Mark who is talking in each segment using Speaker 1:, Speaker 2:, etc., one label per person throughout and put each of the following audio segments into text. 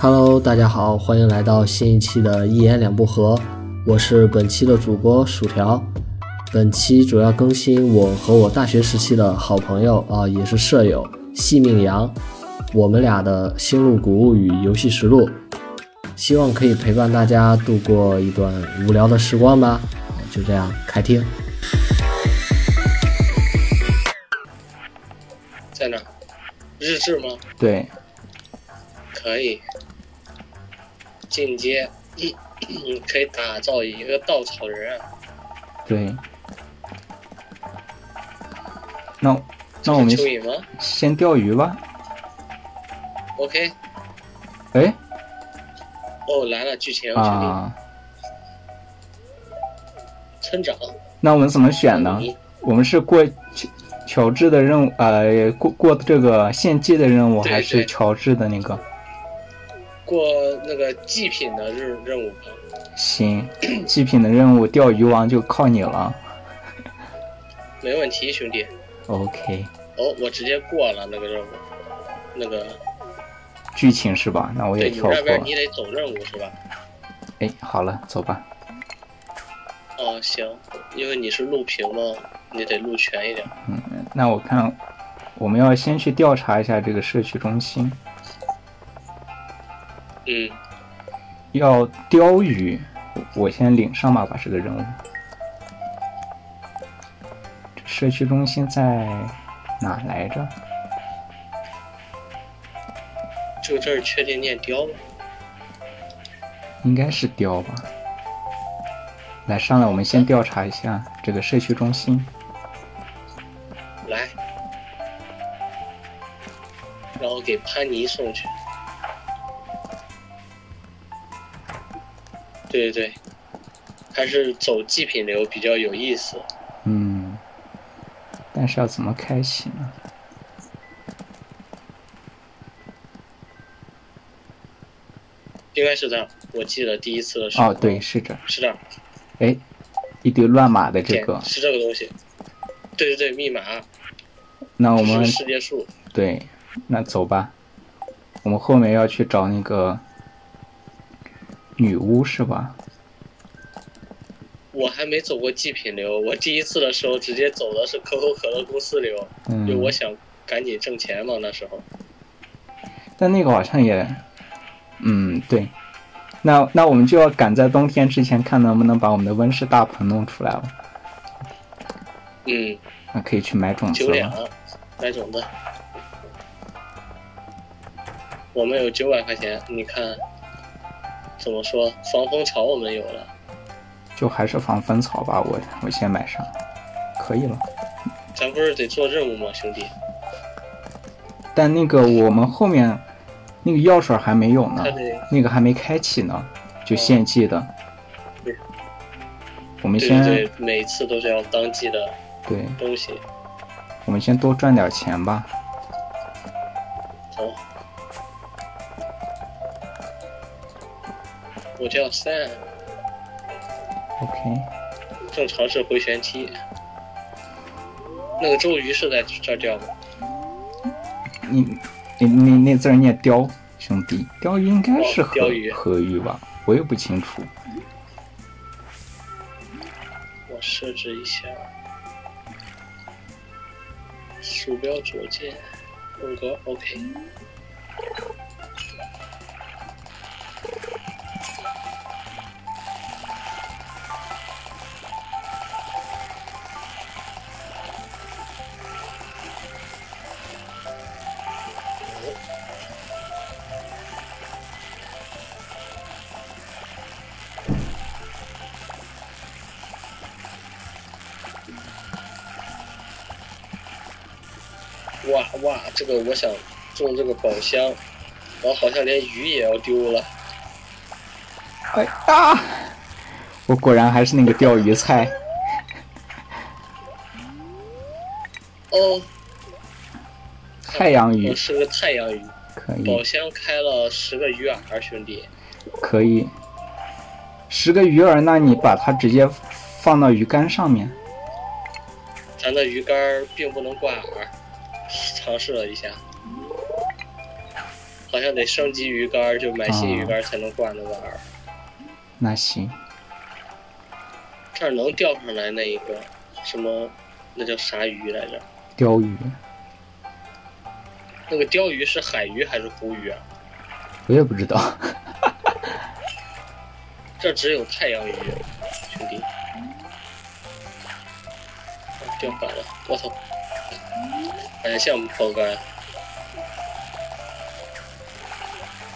Speaker 1: Hello，大家好，欢迎来到新一期的《一言两不合》，我是本期的主播薯条。本期主要更新我和我大学时期的好朋友啊、也是舍友细命羊，我们俩的《星露谷物语》游戏实录，希望可以陪伴大家度过一段无聊的时光吧。啊就这样，开听。
Speaker 2: 在哪？日志吗？
Speaker 3: 对，
Speaker 2: 可以。进阶， 嗯，可以打造一个稻草人啊。
Speaker 3: 对。那那我们
Speaker 2: 蚯蚓吗
Speaker 3: 先钓鱼吧。
Speaker 2: ？OK。
Speaker 3: 哎
Speaker 2: 哦，来了，剧情要确定。
Speaker 3: 啊，
Speaker 2: 村长，
Speaker 3: 那我们怎么选呢？
Speaker 2: 你
Speaker 3: 我们是过乔乔治的任务，呃，过过这个献祭的任务，
Speaker 2: 对
Speaker 3: 还
Speaker 2: 对
Speaker 3: 是乔治的那个？
Speaker 2: 过那个祭品的任任务吧。
Speaker 3: 行，祭品的任务钓鱼王就靠你了。
Speaker 2: 没问题，兄弟。
Speaker 3: OK，
Speaker 2: 哦，我直接过了那个任务。那个，
Speaker 3: 剧情是吧？那我也
Speaker 2: 对你
Speaker 3: 跳
Speaker 2: 们
Speaker 3: 过
Speaker 2: 那边
Speaker 3: 了。
Speaker 2: 你得走任务是吧？
Speaker 3: 哎，好了，走吧。
Speaker 2: 哦，行，因为你是录屏嘛，你得录全一点。
Speaker 3: 那我看，我们要先去调查一下这个社区中心，
Speaker 2: 嗯，
Speaker 3: 要钓鱼。我我先领上吧，把这个任务。这社区中心在哪来着？
Speaker 2: 这个字儿确定念雕吗？
Speaker 3: 应该是雕吧。来，上来我们先调查一下这个社区中心。
Speaker 2: 来，然后给潘妮送去。对对对，还是走祭品流比较有意思。
Speaker 3: 嗯，但是要怎么开启呢？
Speaker 2: 应该是这样，我记得第一次的时候。
Speaker 3: 哦，对，，是这儿。
Speaker 2: 是这样，
Speaker 3: 哎，一堆乱码的这
Speaker 2: 点
Speaker 3: 个，
Speaker 2: 是这个东西。对对对，密码啊
Speaker 3: 那我
Speaker 2: 是
Speaker 3: 们
Speaker 2: 世界树。
Speaker 3: 对，那走吧。我们后面要去找那个女巫是吧？
Speaker 2: 我还没走过祭品流，我第一次的时候直接走的是可口可乐公司流，因为
Speaker 3: 嗯，
Speaker 2: 我想赶紧挣钱嘛，那时候。
Speaker 3: 但那个好像也，嗯，对。那那我们就要赶在冬天之前，看能不能把我们的温室大棚弄出来了。
Speaker 2: 嗯，
Speaker 3: 那可以去买种子
Speaker 2: 九两
Speaker 3: 了。，
Speaker 2: 买种子。我们有九百块钱，你看，怎么说？防风草我们有了，
Speaker 3: 就还是防风草吧，我我先买上，可以了。
Speaker 2: 咱不是得做任务吗，兄弟？
Speaker 3: 但那个我们后面那个药水还没有呢
Speaker 2: 他，得
Speaker 3: 那个还没开启呢，就献祭的。
Speaker 2: 对
Speaker 3: 我们
Speaker 2: 对
Speaker 3: 先
Speaker 2: 对对，每次都是要当季的
Speaker 3: 对
Speaker 2: 东西。
Speaker 3: 我们先多赚点钱吧。
Speaker 2: 走，我叫 Sam，
Speaker 3: OK，
Speaker 2: 正常是回旋踢。那个周瑜是在这儿钓吗？
Speaker 3: 你你那那字儿念雕，兄弟，雕鱼应该是
Speaker 2: 哦
Speaker 3: 河
Speaker 2: 雕鱼
Speaker 3: 河鱼吧？我也不清楚。
Speaker 2: 我设置一下鼠标左键，空格 OK。哇哇，这个我想种这个宝箱，然后好像连鱼也要丢了。
Speaker 3: 哎啊！我果然还是那个钓鱼菜。
Speaker 2: 哦，
Speaker 3: 太阳鱼
Speaker 2: 我是个太阳鱼，
Speaker 3: 可以
Speaker 2: 宝箱开了十个鱼饵，兄弟。
Speaker 3: 可以，十个鱼饵，那你把它直接放到鱼竿上面。
Speaker 2: 咱的鱼竿并不能挂饵，尝试了一下。好像得升级鱼竿儿，就买新鱼竿儿才能挂那个饵。
Speaker 3: 那行，
Speaker 2: 这儿能钓上来那一个什么，那叫啥鱼来着？
Speaker 3: 鲷鱼，
Speaker 2: 那个鲷鱼是海鱼还是湖鱼啊？
Speaker 3: 我也不知道。
Speaker 2: 这只有太阳鱼，兄弟。啊钓反了，我操！哎反向抛竿，啊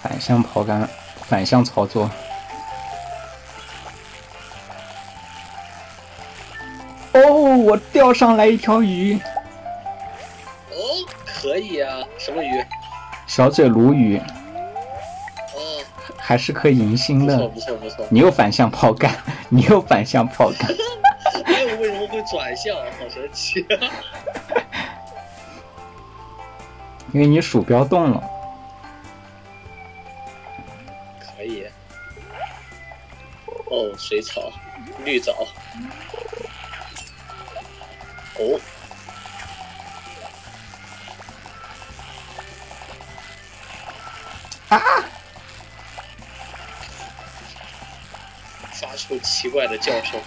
Speaker 3: 反向抛竿，反向操作。哦，我钓上来一条鱼，
Speaker 2: 哦，可以啊，什么鱼？
Speaker 3: 小嘴鲈鱼，
Speaker 2: 哦，
Speaker 3: 还是颗银星
Speaker 2: 不错
Speaker 3: 的。
Speaker 2: 不错不错。
Speaker 3: 你又反向抛竿， 你又反向抛竿，
Speaker 2: 哎，我为什么会转向？好神奇、啊！
Speaker 3: 因为你鼠标动了。
Speaker 2: 可以。哦，水草，绿藻。哦，
Speaker 3: 啊！
Speaker 2: 发出奇怪的叫声。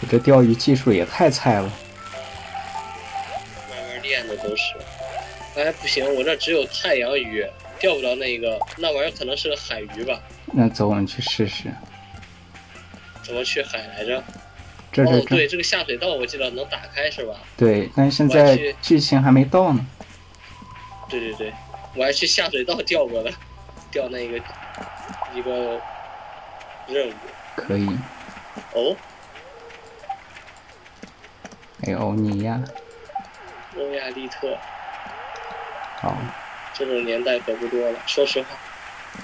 Speaker 3: 我这钓鱼技术也太菜了。
Speaker 2: 慢慢练的都是。哎，不行，我这只有太阳鱼，钓不着那个，那玩意儿可能是个海鱼吧？
Speaker 3: 那走，我们去试试。
Speaker 2: 怎么去海来着？
Speaker 3: 这
Speaker 2: 哦
Speaker 3: 这，
Speaker 2: 对，
Speaker 3: 这，
Speaker 2: 这个下水道我记得能打开是吧？
Speaker 3: 对，但是现
Speaker 2: 我要
Speaker 3: 在
Speaker 2: 去
Speaker 3: 剧情还没到呢。
Speaker 2: 对对对，我还去下水道钓过的， 钓那个一个任务。
Speaker 3: 可以，
Speaker 2: 哦，
Speaker 3: 哎欧尼亚，
Speaker 2: 欧亚利特
Speaker 3: 好，
Speaker 2: 这种年代可不多了。说实话，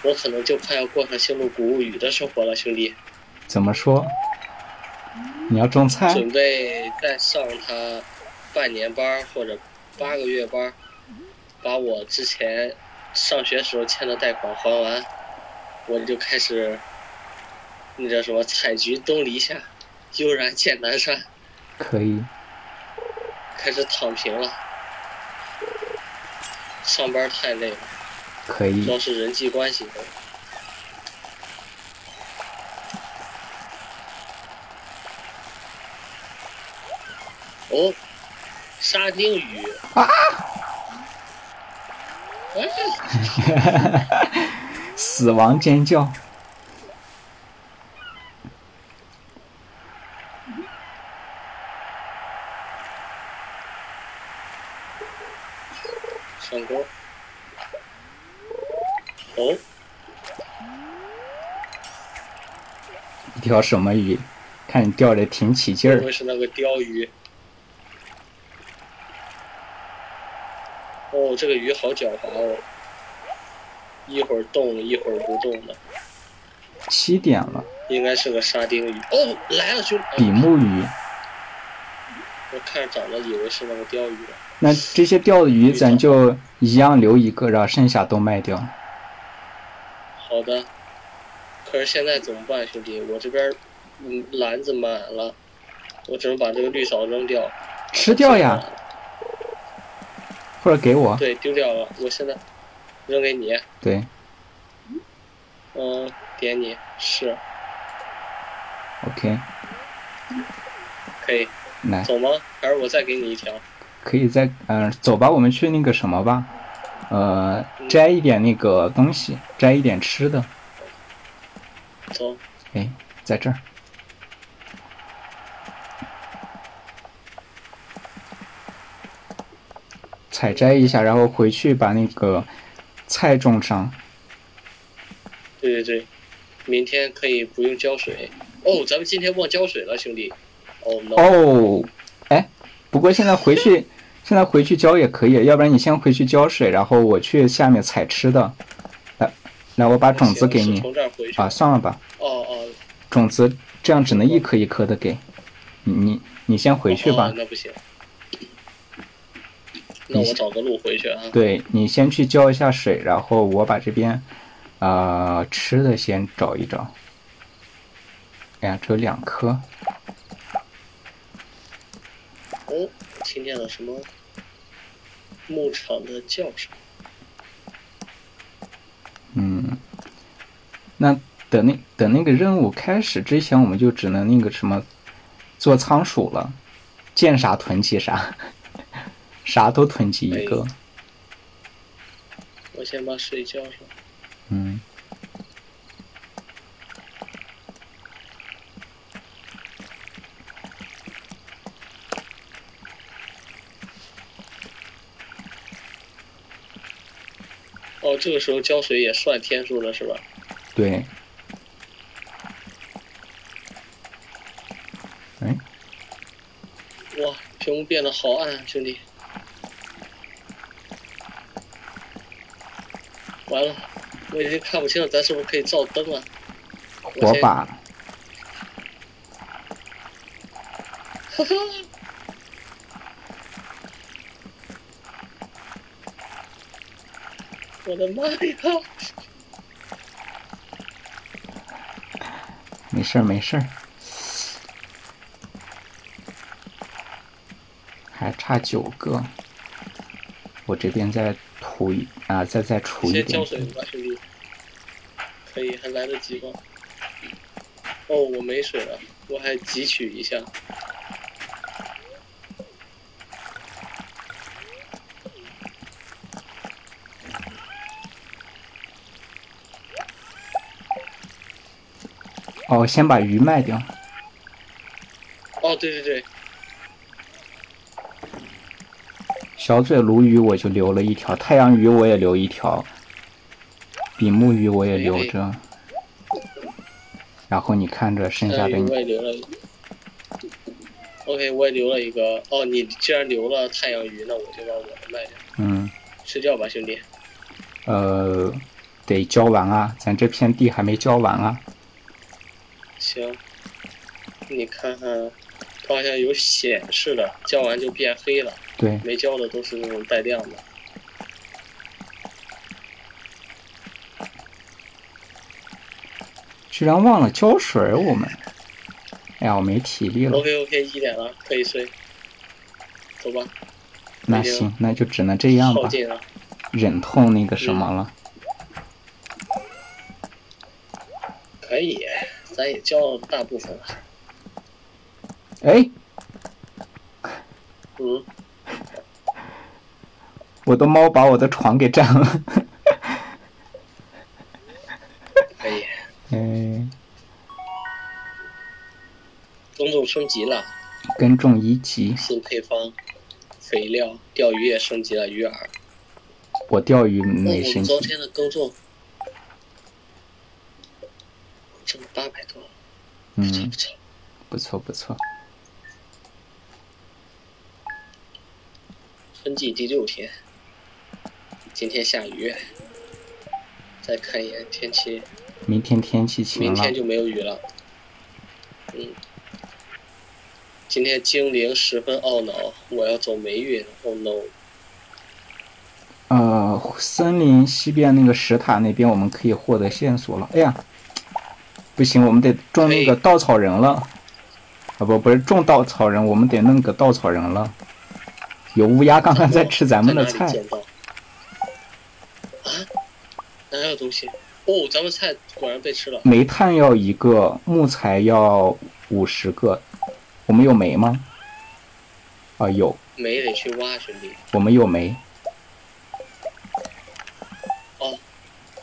Speaker 2: 我可能就快要过上《星露谷物语》的生活了，兄弟。
Speaker 3: 怎么说？你要种菜？
Speaker 2: 准备再上他半年班儿或者八个月班儿，把我之前上学时候欠的贷款还完，我就开始那叫什么“采菊东篱下，悠然见南山
Speaker 3: 可以，”，
Speaker 2: 开始躺平了。上班太累了，
Speaker 3: 可
Speaker 2: 主
Speaker 3: 以，
Speaker 2: 要是人际关系的。哦，沙丁鱼
Speaker 3: 啊！
Speaker 2: 哎，
Speaker 3: 死亡尖叫。
Speaker 2: 上钩！哦，
Speaker 3: 一条什么鱼？看你钓的挺起劲
Speaker 2: 会
Speaker 3: 儿
Speaker 2: 不。会是那个鲷鱼？哦，这个鱼好狡猾哦，一会儿动一会儿不动的，
Speaker 3: 七点了，
Speaker 2: 应该是个沙丁鱼。哦，来了兄弟！哦
Speaker 3: 比目鱼。
Speaker 2: 我看着长得以为是那个鲷鱼了。
Speaker 3: 那这些钓的鱼咱就一样留一个，然后剩下都卖掉。
Speaker 2: 好的，可是现在怎么办，兄弟？我这边嗯篮子满了，我只能把这个绿藻扔掉。
Speaker 3: 吃掉呀，！或者给我。
Speaker 2: 对，丢掉了。我现在扔给你，
Speaker 3: 对，
Speaker 2: 嗯，点你是
Speaker 3: OK，
Speaker 2: 可以
Speaker 3: 来，
Speaker 2: 走吗？还是我再给你一条？
Speaker 3: 可以再嗯、走吧，我们去那个什么吧，呃，摘一点那个东西，摘一点吃的。
Speaker 2: 走，
Speaker 3: 哎，在这儿。采摘一下，然后回去把那个菜种上。
Speaker 2: 对对对，明天可以不用浇水。哦，咱们今天忘浇水了，兄弟。哦 no，
Speaker 3: 哦，哎，不过现在回去，现在回去浇也可以，要不然你先回去浇水，然后我去下面采吃的。来，来，我把种子给
Speaker 2: 行是
Speaker 3: 你
Speaker 2: 从这儿回去。
Speaker 3: 啊，
Speaker 2: 哦
Speaker 3: 算了吧，
Speaker 2: 哦，
Speaker 3: 种子这样只能一颗一颗的给你，你你先回去吧
Speaker 2: 哦。那不行，那我找个路回去啊。
Speaker 3: 对你先去浇一下水，然后我把这边，呃，吃的先找一找。哎呀，只有两颗，
Speaker 2: 哦，嗯，听见了什么牧场的叫声？
Speaker 3: 嗯，那等那等那个任务开始之前，我们就只能那个什么做仓鼠了，见啥囤积啥， 啥都囤积一个。
Speaker 2: 哎我先把水浇上。
Speaker 3: 嗯，
Speaker 2: 哦，这个时候浇水也算天数了是吧？
Speaker 3: 对。哎，
Speaker 2: 哇，屏幕变得好暗啊，兄弟！完了，我已经看不清了，咱是不是可以照灯了？
Speaker 3: 火把，
Speaker 2: 哈哈，我的妈呀！
Speaker 3: 没事儿没事儿，还差九个。我这边再涂一啊，再再除一
Speaker 2: 先浇
Speaker 3: 点。
Speaker 2: 水吧，兄弟。可以，还来得及吧？哦，我没水了，我还汲取一下。
Speaker 3: 哦，先把鱼卖掉。
Speaker 2: 哦，对对对，
Speaker 3: 小嘴鲈鱼我就留了一条，太阳鱼我也留一条，比目鱼我也留着。然后你看着剩下
Speaker 2: 下
Speaker 3: 的
Speaker 2: 雨哎
Speaker 3: 你
Speaker 2: 我，也留了。OK，我也留了一个。哦，你既然留了太阳鱼，那我就把我的卖掉，
Speaker 3: 嗯，
Speaker 2: 睡觉吧，兄弟。
Speaker 3: 呃，得浇完啊，咱这片地还没浇完啊。
Speaker 2: 行，你看看，它好像有显示的，浇完就变黑了，
Speaker 3: 对，
Speaker 2: 没浇的都是那种带亮的。
Speaker 3: 居然忘了浇水儿，我们。哎呀，我没体力了。
Speaker 2: OK OK，一点了，可以睡。走吧，哎
Speaker 3: 那行，那就只能这样
Speaker 2: 耗
Speaker 3: 啊吧，
Speaker 2: 尽了。
Speaker 3: 忍痛那个什么了。
Speaker 2: 可以，咱也教了大部分了。
Speaker 3: 哎，
Speaker 2: 嗯，
Speaker 3: 我的猫把我的床给占了。
Speaker 2: 可以，
Speaker 3: 哎，
Speaker 2: 种种升级了，
Speaker 3: 耕种一级，
Speaker 2: 新配方、肥料、钓鱼也升级了，鱼饵。
Speaker 3: 我钓鱼
Speaker 2: 那
Speaker 3: 没
Speaker 2: 我
Speaker 3: 嗯升
Speaker 2: 们嗯昨
Speaker 3: 级。
Speaker 2: 天的耕种挣了八百多，不错
Speaker 3: 嗯
Speaker 2: 不，错。
Speaker 3: 不错不错。
Speaker 2: 春季第六天，今天下雨。再看一眼天气，
Speaker 3: 明天天气晴
Speaker 2: 明
Speaker 3: 了
Speaker 2: 天，就没有雨了。嗯，今天精灵十分懊恼，我要走霉运。Oh no！
Speaker 3: 呃，森林西边那个石塔那边我们可以获得线索了。哎呀，不行，我们得种那个
Speaker 2: 可以
Speaker 3: 稻草人了。啊不，不是种稻草人，我们得弄个稻草人了。有乌鸦刚刚在吃咱们的
Speaker 2: 在
Speaker 3: 菜
Speaker 2: 哪里，见到啊？哪有东西？哦，咱们菜果然被吃了。
Speaker 3: 煤炭要一个，木材要五十个。我们有煤吗？啊，有，
Speaker 2: 煤得去挖，兄弟。
Speaker 3: 我们有煤。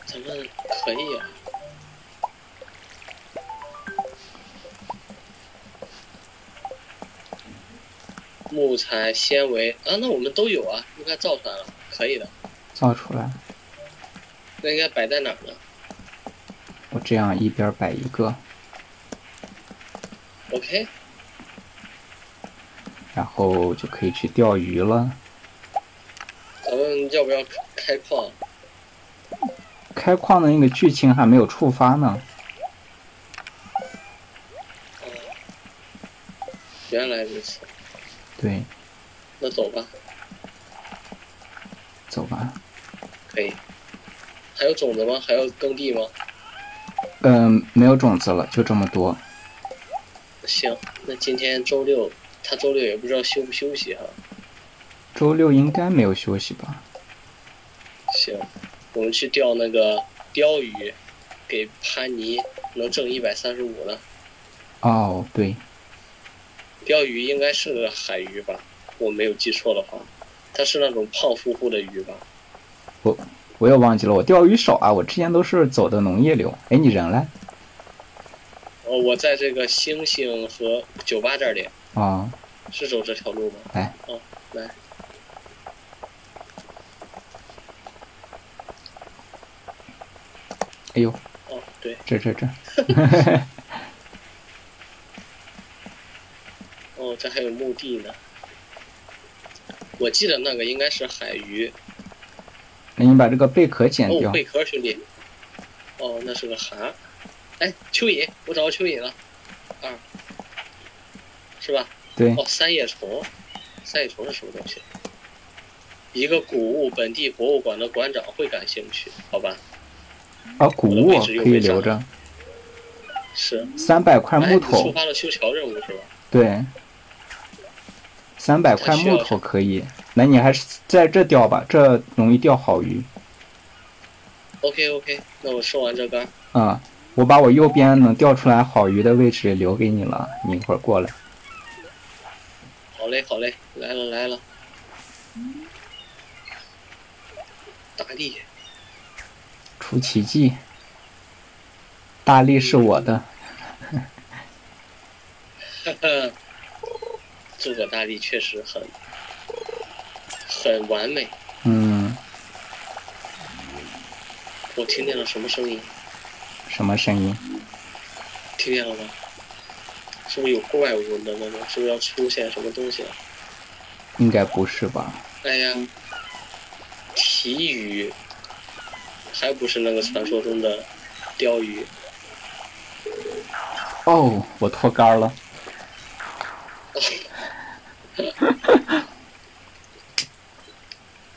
Speaker 2: 咱们可以啊。木材、纤维啊，那我们都有啊，应该造出来了，可以的。
Speaker 3: 造出来，
Speaker 2: 那应该摆在哪儿呢
Speaker 3: 我这样一边摆一个，
Speaker 2: ？OK，
Speaker 3: 然后就可以去钓鱼了。
Speaker 2: 咱们要不要开矿？
Speaker 3: 开矿的那个剧情还没有触发呢。
Speaker 2: 原来如此，
Speaker 3: 对，
Speaker 2: 那走吧，
Speaker 3: 走吧。
Speaker 2: 可以。还有种子吗？还要耕地吗？
Speaker 3: 嗯，没有种子了，就这么多。
Speaker 2: 行，那今天周六他周六也不知道休不休息哈、
Speaker 3: 周六应该没有休息吧？
Speaker 2: 行，我们去钓那个鲷鱼，给潘尼能挣一百三十五了。
Speaker 3: 哦，对，
Speaker 2: 鲷鱼应该是个海鱼吧，我没有记错的话，它是那种胖乎乎的鱼吧？
Speaker 3: 我又忘记了，我钓鱼少啊，我之前都是走的农业流。哎，你人嘞？
Speaker 2: 哦，我在这个星星和酒吧这里，
Speaker 3: 哦，
Speaker 2: 是走这条路吗？
Speaker 3: 来，
Speaker 2: 哦，来，
Speaker 3: 哎呦，
Speaker 2: 哦，对，
Speaker 3: 这这这，
Speaker 2: 哦，这还有墓地呢。我记得那个应该是海鱼，
Speaker 3: 那你把这个贝壳剪
Speaker 2: 哦，
Speaker 3: 掉。
Speaker 2: 贝壳兄弟，哦，那是个蛤，哎，蚯蚓，我找到蚯蚓了，二，是吧？
Speaker 3: 对，
Speaker 2: 哦，三叶虫，三叶虫是什么东西？一个古物本地博物馆的馆长会感兴趣，好吧？
Speaker 3: 啊，谷
Speaker 2: 我的
Speaker 3: 物
Speaker 2: 位置又
Speaker 3: 可以
Speaker 2: 被占
Speaker 3: 留
Speaker 2: 了
Speaker 3: 着，
Speaker 2: 是，
Speaker 3: 三百块
Speaker 2: 哎，
Speaker 3: 木
Speaker 2: 你触
Speaker 3: 头，
Speaker 2: 发了修桥任务是吧？
Speaker 3: 对，三百块木头可以。那你还是在这钓吧，这容易钓好鱼。
Speaker 2: OK OK，那我收完这杆儿，
Speaker 3: 啊、我把我右边能钓出来好鱼的位置留给你了，你一会儿过来。
Speaker 2: 好嘞好嘞，来了来了，大力，
Speaker 3: 出奇迹，大力是我的，
Speaker 2: 呵呵，诸葛呃大力确实很很完美。
Speaker 3: 嗯，
Speaker 2: 我听见了什么声音？
Speaker 3: 什么声音？
Speaker 2: 听见了吗？是不是有怪物的那种？是不是要出现什么东西了？
Speaker 3: 应该不是吧？
Speaker 2: 哎呀，提鱼，还不是那个传说中的鲷鱼？
Speaker 3: 哦，我脱杆了，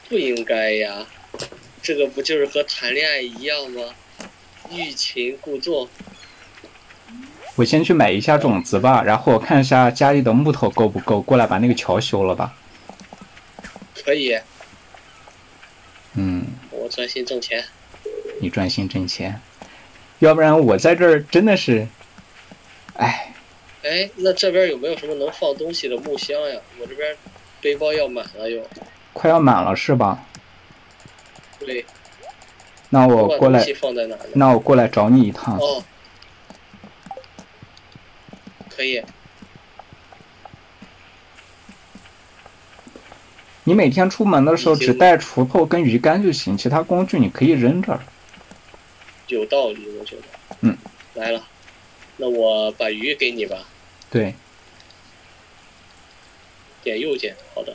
Speaker 2: 不应该呀，这个不就是和谈恋爱一样吗？欲擒故纵。
Speaker 3: 我先去买一下种子吧，然后我看一下家里的木头够不够，过来把那个桥修了吧。
Speaker 2: 可以，
Speaker 3: 嗯，
Speaker 2: 我专心挣钱。
Speaker 3: 你专心挣钱，要不然我在这儿真的是，哎，
Speaker 2: 哎，那这边有没有什么能放东西的木箱呀？我这边背包要满了又。
Speaker 3: 快要满了是吧？
Speaker 2: 对，
Speaker 3: 那我
Speaker 2: 把
Speaker 3: 哦过
Speaker 2: 东
Speaker 3: 来啊
Speaker 2: 西，放在哪儿呢？
Speaker 3: 那我过来找你一趟。
Speaker 2: 哦，可以。
Speaker 3: 你每天出门的时候
Speaker 2: 你
Speaker 3: 只
Speaker 2: 先
Speaker 3: 带锄头跟鱼竿就行，其他工具你可以扔这儿。
Speaker 2: 有道理，我觉得。
Speaker 3: 嗯。
Speaker 2: 来了，那我把鱼给你吧，
Speaker 3: 对，
Speaker 2: 点右键，好的。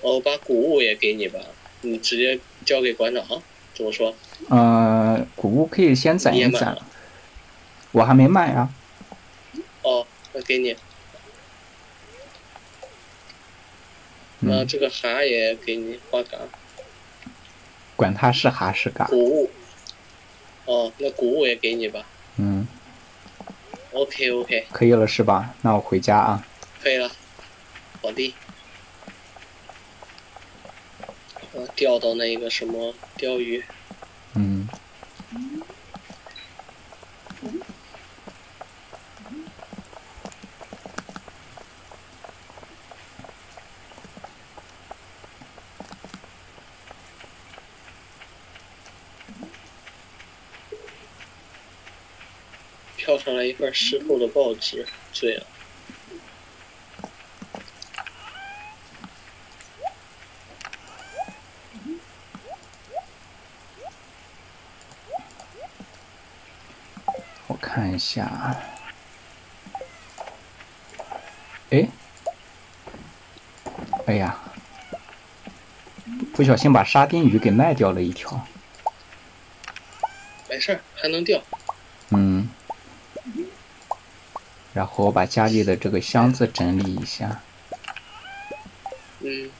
Speaker 2: 哦，我把谷物也给你吧，你直接交给馆长。啊怎么说？
Speaker 3: 呃，谷物可以先攒
Speaker 2: 你也
Speaker 3: 一
Speaker 2: 买
Speaker 3: 攒
Speaker 2: 了。
Speaker 3: 我还没买啊，
Speaker 2: 哦，那给你。那
Speaker 3: 嗯，
Speaker 2: 这个蛤也给你花蛤，
Speaker 3: 管它是哈是嘎，
Speaker 2: 谷物。哦，那谷物也给你吧。
Speaker 3: 嗯，
Speaker 2: OK OK，
Speaker 3: 可以了是吧？那我回家啊。
Speaker 2: 可以了。好的。我呃钓到那个什么鲷鱼。
Speaker 3: 嗯，
Speaker 2: 飘上来一块湿透的报纸，醉了。
Speaker 3: 我看一下啊。哎，哎呀，不小心把沙丁鱼给卖掉了一条。
Speaker 2: 没事儿，还能钓。
Speaker 3: 嗯，然后我把家里的这个箱子整理一下。
Speaker 2: 嗯，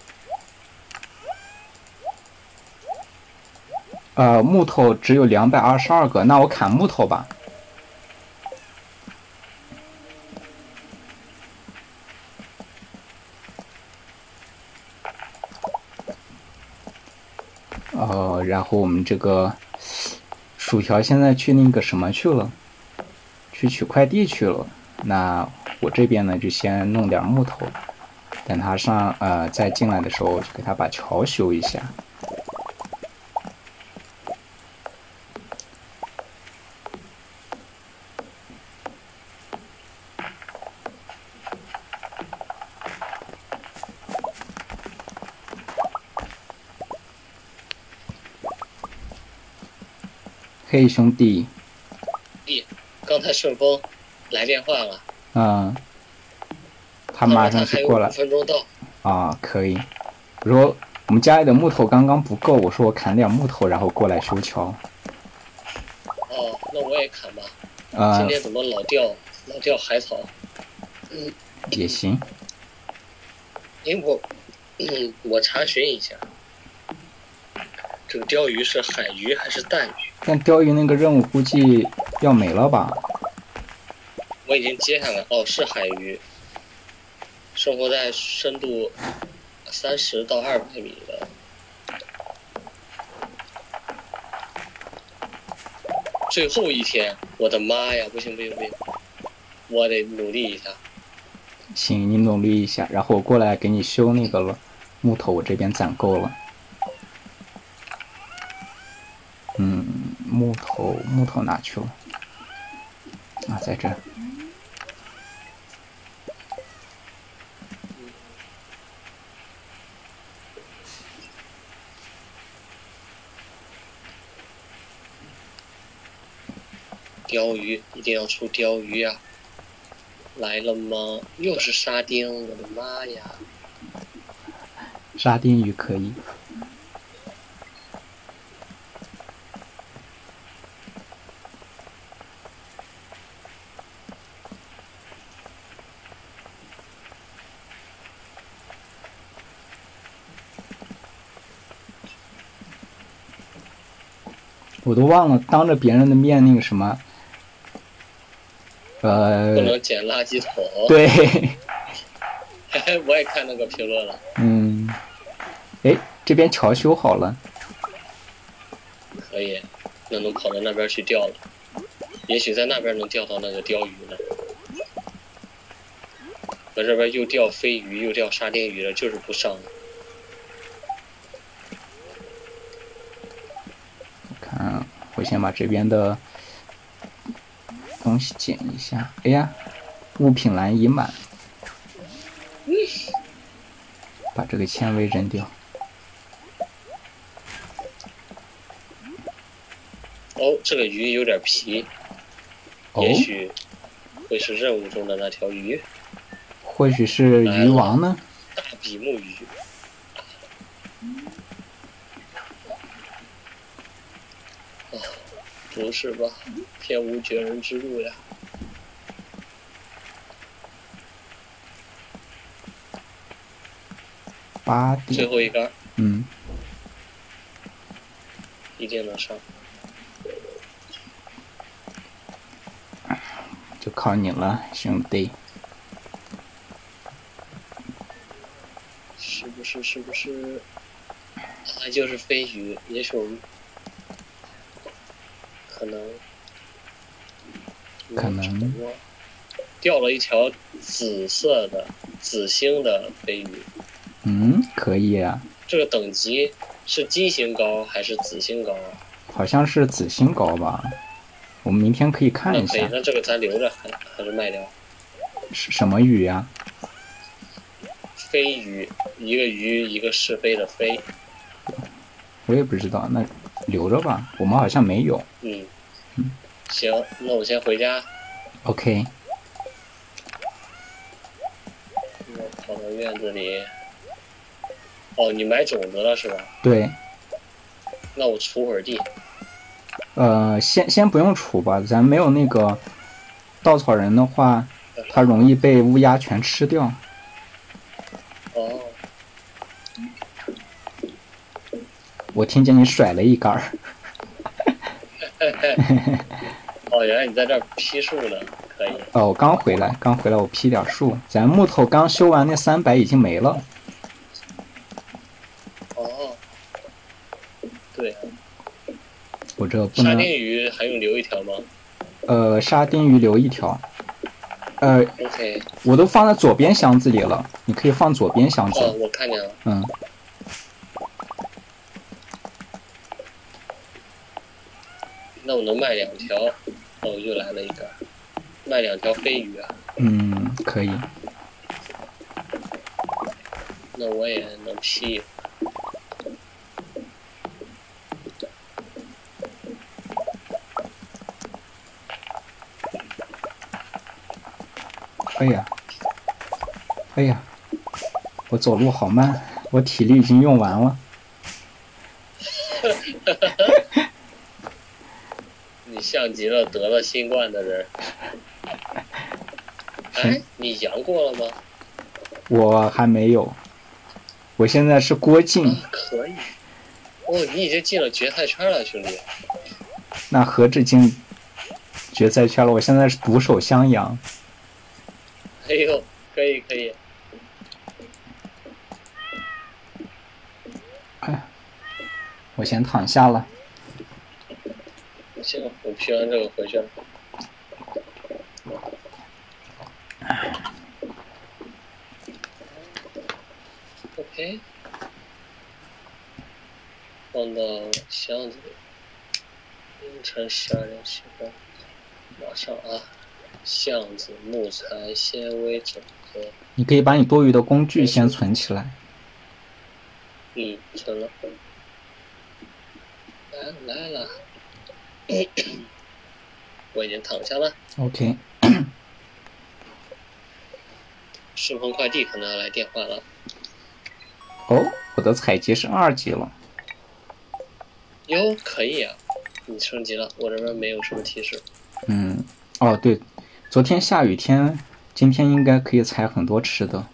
Speaker 3: 呃，木头只有两百二十二个，那我砍木头吧。呃，然后我们这个薯条现在去那个什么去了，去取快递去了。那我这边呢，就先弄点木头，等他上呃再进来的时候，就给他把桥修一下。嘿，兄弟，
Speaker 2: 刚才顺丰来电话了，
Speaker 3: 嗯，
Speaker 2: 他
Speaker 3: 他马上就过来
Speaker 2: 还有五分钟到。
Speaker 3: 啊，可以。我说我们家里的木头刚刚不够，我说我砍点木头，然后过来修桥。
Speaker 2: 哦，那我也砍吧。今
Speaker 3: 呃，
Speaker 2: 天怎么老掉老掉海草？
Speaker 3: 也行。
Speaker 2: 因哎为我，嗯，我查询一下，这个鲷鱼是海鱼还是淡鱼？
Speaker 3: 但钓鱼那个任务估计要没了吧？
Speaker 2: 我已经接下来，哦，是海鱼，生活在深度三十到二百米的。最后一天，我的妈呀！不行不行不行，我得努力一下。
Speaker 3: 行，你努力一下，然后我过来给你修那个了木头，我这边攒够了。嗯，木头木头哪去了？啊，在这儿。
Speaker 2: 鲷鱼一定要出鲷鱼呀、来了吗？又是沙丁，我的妈呀！
Speaker 3: 沙丁鱼可以。我都忘了当着别人的面那个什么，
Speaker 2: 不
Speaker 3: 呃，
Speaker 2: 能捡垃圾桶。
Speaker 3: 对，
Speaker 2: 我也看那个评论了，
Speaker 3: 嗯，哎，这边桥修好了，
Speaker 2: 可以，那能跑到那边去钓了。也许在那边能钓到那个鲷鱼呢。我这边又钓飞鱼，又钓沙丁鱼了，就是不上。
Speaker 3: 看，我先把这边的东西捡一下。哎呀，物品栏已满，把这个纤维扔掉。
Speaker 2: 哦，这个鱼有点皮，
Speaker 3: 哦，
Speaker 2: 也许会是任务中的那条鱼
Speaker 3: 或许是鱼王呢？
Speaker 2: ——大比目鱼。哦，不是吧？天无绝人之路呀！
Speaker 3: 八
Speaker 2: 最
Speaker 3: 点，
Speaker 2: 后一杆儿
Speaker 3: 嗯，
Speaker 2: 一定能上。
Speaker 3: 就靠你了，兄弟。
Speaker 2: 是不是？是不是？啊，就是飞鱼，也许我们可能
Speaker 3: 可能
Speaker 2: 没有掌握钓了一条紫色的紫星的飞鱼，
Speaker 3: 嗯，可以啊，
Speaker 2: 这个等级是金星高还是紫星高啊？
Speaker 3: 好像是紫星膏吧？我们明天可以看
Speaker 2: 那
Speaker 3: 一
Speaker 2: 可以
Speaker 3: 下，
Speaker 2: 那这个咱留着还还是卖掉？
Speaker 3: 是什么鱼啊呀、
Speaker 2: 飞鱼，一个鱼，一个是非的非，
Speaker 3: 我也不知道，那留着吧。我们好像没有。
Speaker 2: 嗯，行，那我先回家，
Speaker 3: OK，
Speaker 2: 我跑到院子里。哦，你买种子了是吧？
Speaker 3: 对，
Speaker 2: 那我锄会儿地，
Speaker 3: 呃，先先不用除吧，咱没有那个稻草人的话，它容易被乌鸦全吃掉。
Speaker 2: 哦，
Speaker 3: 我听见你甩了一杆儿，
Speaker 2: 哦，原来你在这儿批树呢，可以。
Speaker 3: 哦，我刚回来，刚回来，我劈点树。咱木头刚修完那三百已经没了，
Speaker 2: 哦，对啊，
Speaker 3: 者不
Speaker 2: 沙
Speaker 3: 能
Speaker 2: 丁鱼还用留一条吗
Speaker 3: 呃沙丁鱼留一条，呃
Speaker 2: ？OK，
Speaker 3: 我都放在左边箱子里了，你可以放左边箱
Speaker 2: 哦，
Speaker 3: 子，
Speaker 2: 我看见了，
Speaker 3: 嗯。
Speaker 2: 那我能卖两条。哦，我又来了一个，卖两条飞鱼啊，
Speaker 3: 嗯，可以。
Speaker 2: 那我也能批。
Speaker 3: 哎呀，哎呀，我走路好慢，我体力已经用完了。
Speaker 2: 你像极了得了新冠的人。哎，你阳过了吗？
Speaker 3: 我还没有，我现在是郭靖，
Speaker 2: 啊，可以。哦，你已经进了决赛圈了，兄弟。
Speaker 3: 那何止进决赛圈了，我现在是独守襄阳。
Speaker 2: 哎呦，可以可以。
Speaker 3: 我先躺下了。
Speaker 2: 行，我批完这个回去了。OK，放到箱子里。凌晨十二点十分，马上啊！巷子、木材、纤维整合，
Speaker 3: 你可以把你多余的工具先存起来。
Speaker 2: 嗯，存了。来了来了， 我已经躺下了。
Speaker 3: OK，
Speaker 2: 顺丰快递可能要来电话了。
Speaker 3: 哦，我的采集是二级了。
Speaker 2: 哟，可以啊，你升级了，我这边没有什么提示。
Speaker 3: 嗯，哦对，昨天下雨天，今天应该可以采很多吃的。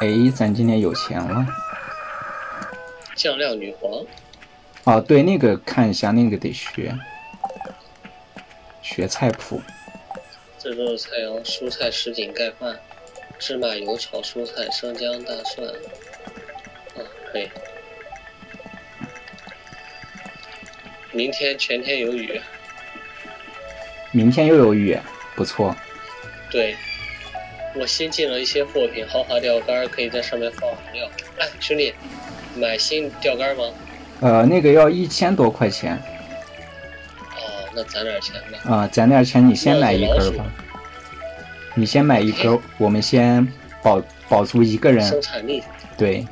Speaker 3: 哎，咱今天有钱了。
Speaker 2: 酱料女皇，
Speaker 3: 哦，对，那个看一下，那个得学，学菜谱。
Speaker 2: 这周的菜肴：蔬菜什锦盖饭，芝麻油炒蔬菜，生姜大蒜。啊，可以。明天全天有雨，
Speaker 3: 明天又有雨，不错。
Speaker 2: 对。我新进了一些货品，豪华钓竿可以在上面放饵料。哎，兄弟，买新钓竿吗？
Speaker 3: 呃，那个要一千多块钱
Speaker 2: 哦，那攒点钱吧。
Speaker 3: 啊、攒点钱你先买一根儿吧
Speaker 2: 那我。
Speaker 3: 你先买一根儿，我们先保保足一个
Speaker 2: 生
Speaker 3: 人。
Speaker 2: 产力
Speaker 3: 对，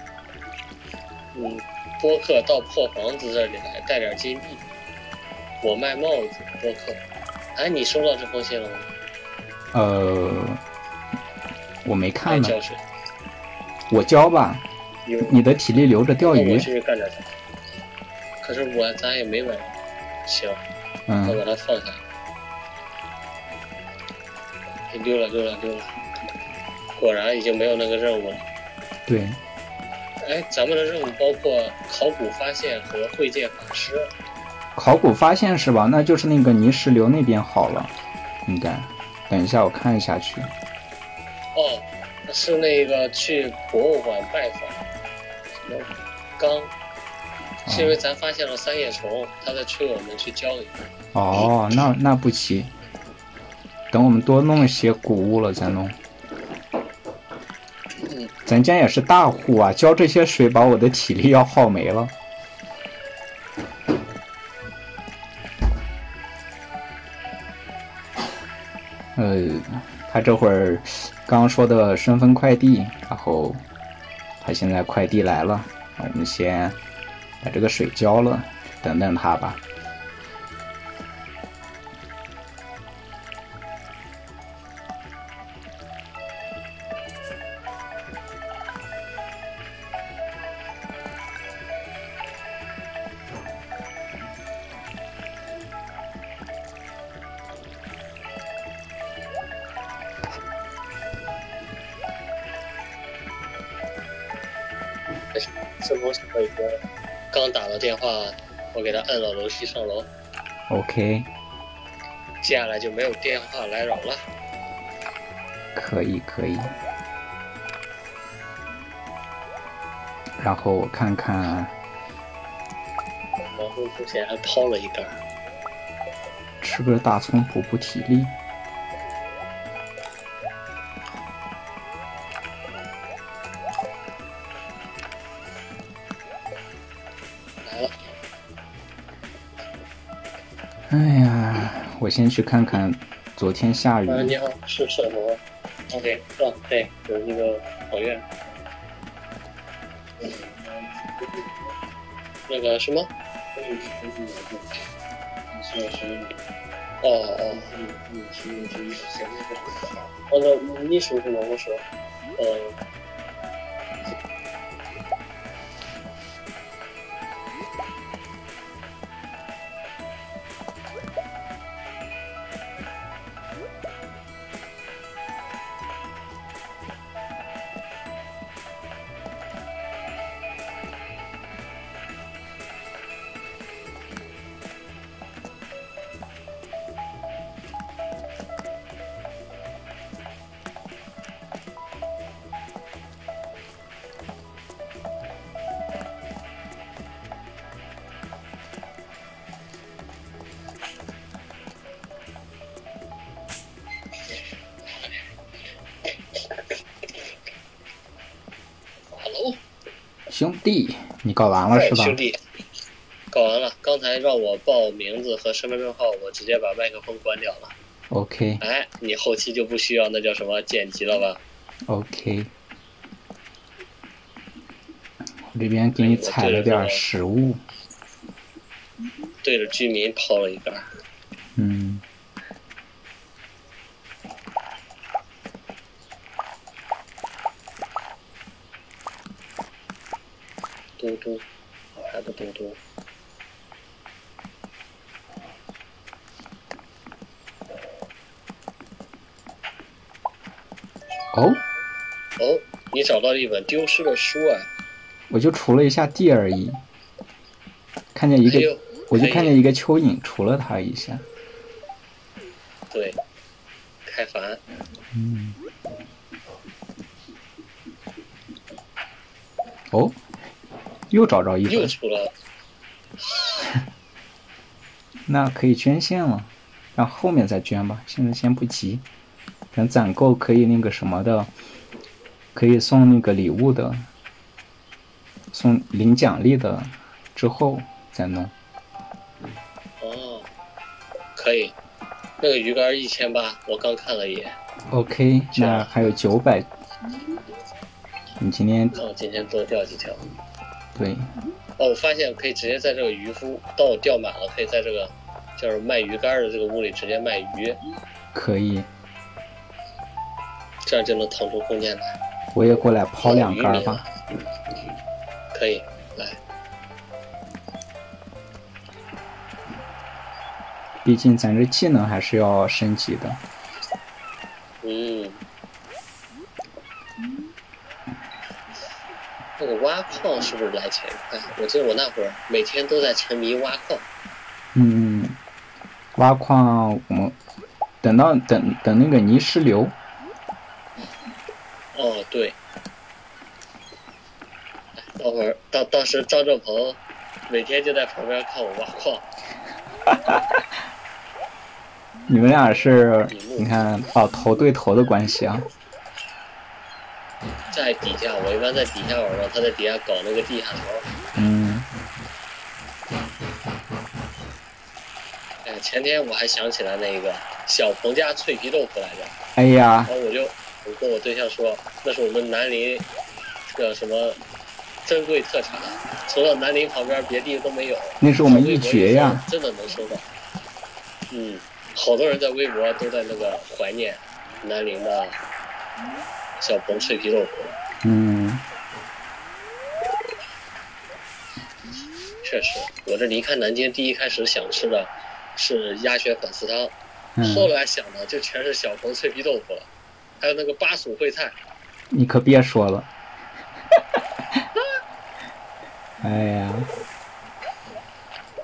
Speaker 2: 嗯，播客到破房子这里来，带点金币。我卖帽子，播客。哎，你收到这封信了吗？
Speaker 3: 呃，我没看
Speaker 2: 爱
Speaker 3: 呢，
Speaker 2: 教学，
Speaker 3: 我教吧。
Speaker 2: 有
Speaker 3: 你的体力留着钓
Speaker 2: 那我
Speaker 3: 鱼。
Speaker 2: 去干点啥？可是我咱也没买。行，那
Speaker 3: 嗯，
Speaker 2: 把它放下。哎溜了溜了溜了，果然已经没有那个任务了。
Speaker 3: 对，
Speaker 2: 哎，咱们的任务包括考古发现和会见法师。
Speaker 3: 考古发现是吧？那就是那个泥石流那边好了，应该。等一下，我看一下去。
Speaker 2: 哦，是那个去博物馆拜访，什么刚，是因为咱发现了三叶虫，他在催我们去交易。
Speaker 3: 哦，那那不急，等我们多弄一些谷物了再弄。
Speaker 2: 嗯
Speaker 3: 咱家也是大户啊，浇这些水把我的体力要耗没了。呃，他这会儿刚刚说的顺丰快递，然后他现在快递来了，我们先把这个水浇了，等等他吧。
Speaker 2: 顺丰小哥已经刚打了电话，我给他摁了楼梯上楼，
Speaker 3: OK，
Speaker 2: 接下来就没有电话来扰了。
Speaker 3: 可以可以。然后我看看，
Speaker 2: 然后并且还抛了一杆儿。
Speaker 3: 吃根大葱补补体力。
Speaker 2: 来了，
Speaker 3: 哎呀，我先去看看昨天下雨
Speaker 2: 啊，你好，是是什么？OK，哦，对，有那个火焰。那个什么？哦哦，哦，那你属什么？我属，呃，哈喽。
Speaker 3: 兄弟，你搞完啊了是吧？
Speaker 2: 哎兄弟，搞完了。刚才让我报名字和身份证号，我直接把麦克风关掉了。
Speaker 3: OK
Speaker 2: 哎，你后期就不需要那叫什么剪辑了吧？
Speaker 3: OK，我这边给你采了点食物，
Speaker 2: 对着居民抛了一杆儿。
Speaker 3: 嗯，
Speaker 2: 嘟嘟，还不嘟嘟。
Speaker 3: 哦，
Speaker 2: 哦，你找到一本丢失的书啊？
Speaker 3: 我就除了一下地而已，看见一
Speaker 2: 还
Speaker 3: 个，
Speaker 2: 有，
Speaker 3: 我就
Speaker 2: 可以
Speaker 3: 看见一个蚯蚓，除了它一下，
Speaker 2: 对，开凡，
Speaker 3: 嗯，哦，又找着一
Speaker 2: 又
Speaker 3: 本，
Speaker 2: 出了。
Speaker 3: 那可以捐献了，然后后面再捐吧，现在先不急，等攒够可以那个什么的，可以送那个礼物的，送领奖励的之后再弄。
Speaker 2: 哦，可以。那个鱼竿一千八，我刚看了一眼。
Speaker 3: OK，
Speaker 2: 是啊
Speaker 3: 那还有九百，你今天
Speaker 2: 那我今天多钓几条。
Speaker 3: 对
Speaker 2: 哦，我发现可以直接在这个渔夫到我钓满了，可以在这个就是卖鱼竿的这个屋里直接卖鱼，
Speaker 3: 可以，
Speaker 2: 这样就能腾出空间来。
Speaker 3: 我也过来抛两杆儿吧。
Speaker 2: 可以，来，
Speaker 3: 毕竟咱这技能还是要升级的。
Speaker 2: 嗯，那个挖矿是不是来钱快？我记得我那会儿每天都在沉迷挖矿。
Speaker 3: 嗯，挖矿我们等到等等那个泥石流，
Speaker 2: 哦，对，哎到会儿到当时张正鹏每天就在旁边看我挖矿，
Speaker 3: 你们俩是你看哦头对头的关系啊。
Speaker 2: 在底下我一般在底下玩嘛，他在底下搞那个地下桥。
Speaker 3: 嗯，
Speaker 2: 哎，前天我还想起来那个小鹏家脆皮豆腐来着，
Speaker 3: 哎呀
Speaker 2: 然，后我就我跟我对象说，那是我们南宁这个什么珍贵特产，啊除了南宁旁边别地都没有。
Speaker 3: 那是我们
Speaker 2: 在
Speaker 3: 一
Speaker 2: 微博
Speaker 3: 绝
Speaker 2: 搜
Speaker 3: 呀。
Speaker 2: 真的能收到。嗯，好多人在微博都在那个怀念南宁的小鹏脆皮豆腐，
Speaker 3: 嗯，
Speaker 2: 确实，我这离开南京第一开始想吃的是鸭血粉丝汤。后
Speaker 3: 嗯，
Speaker 2: 来想的就全是小鹏脆皮豆腐了，还有那个巴蜀烩菜。
Speaker 3: 你可别说 了。哎呀，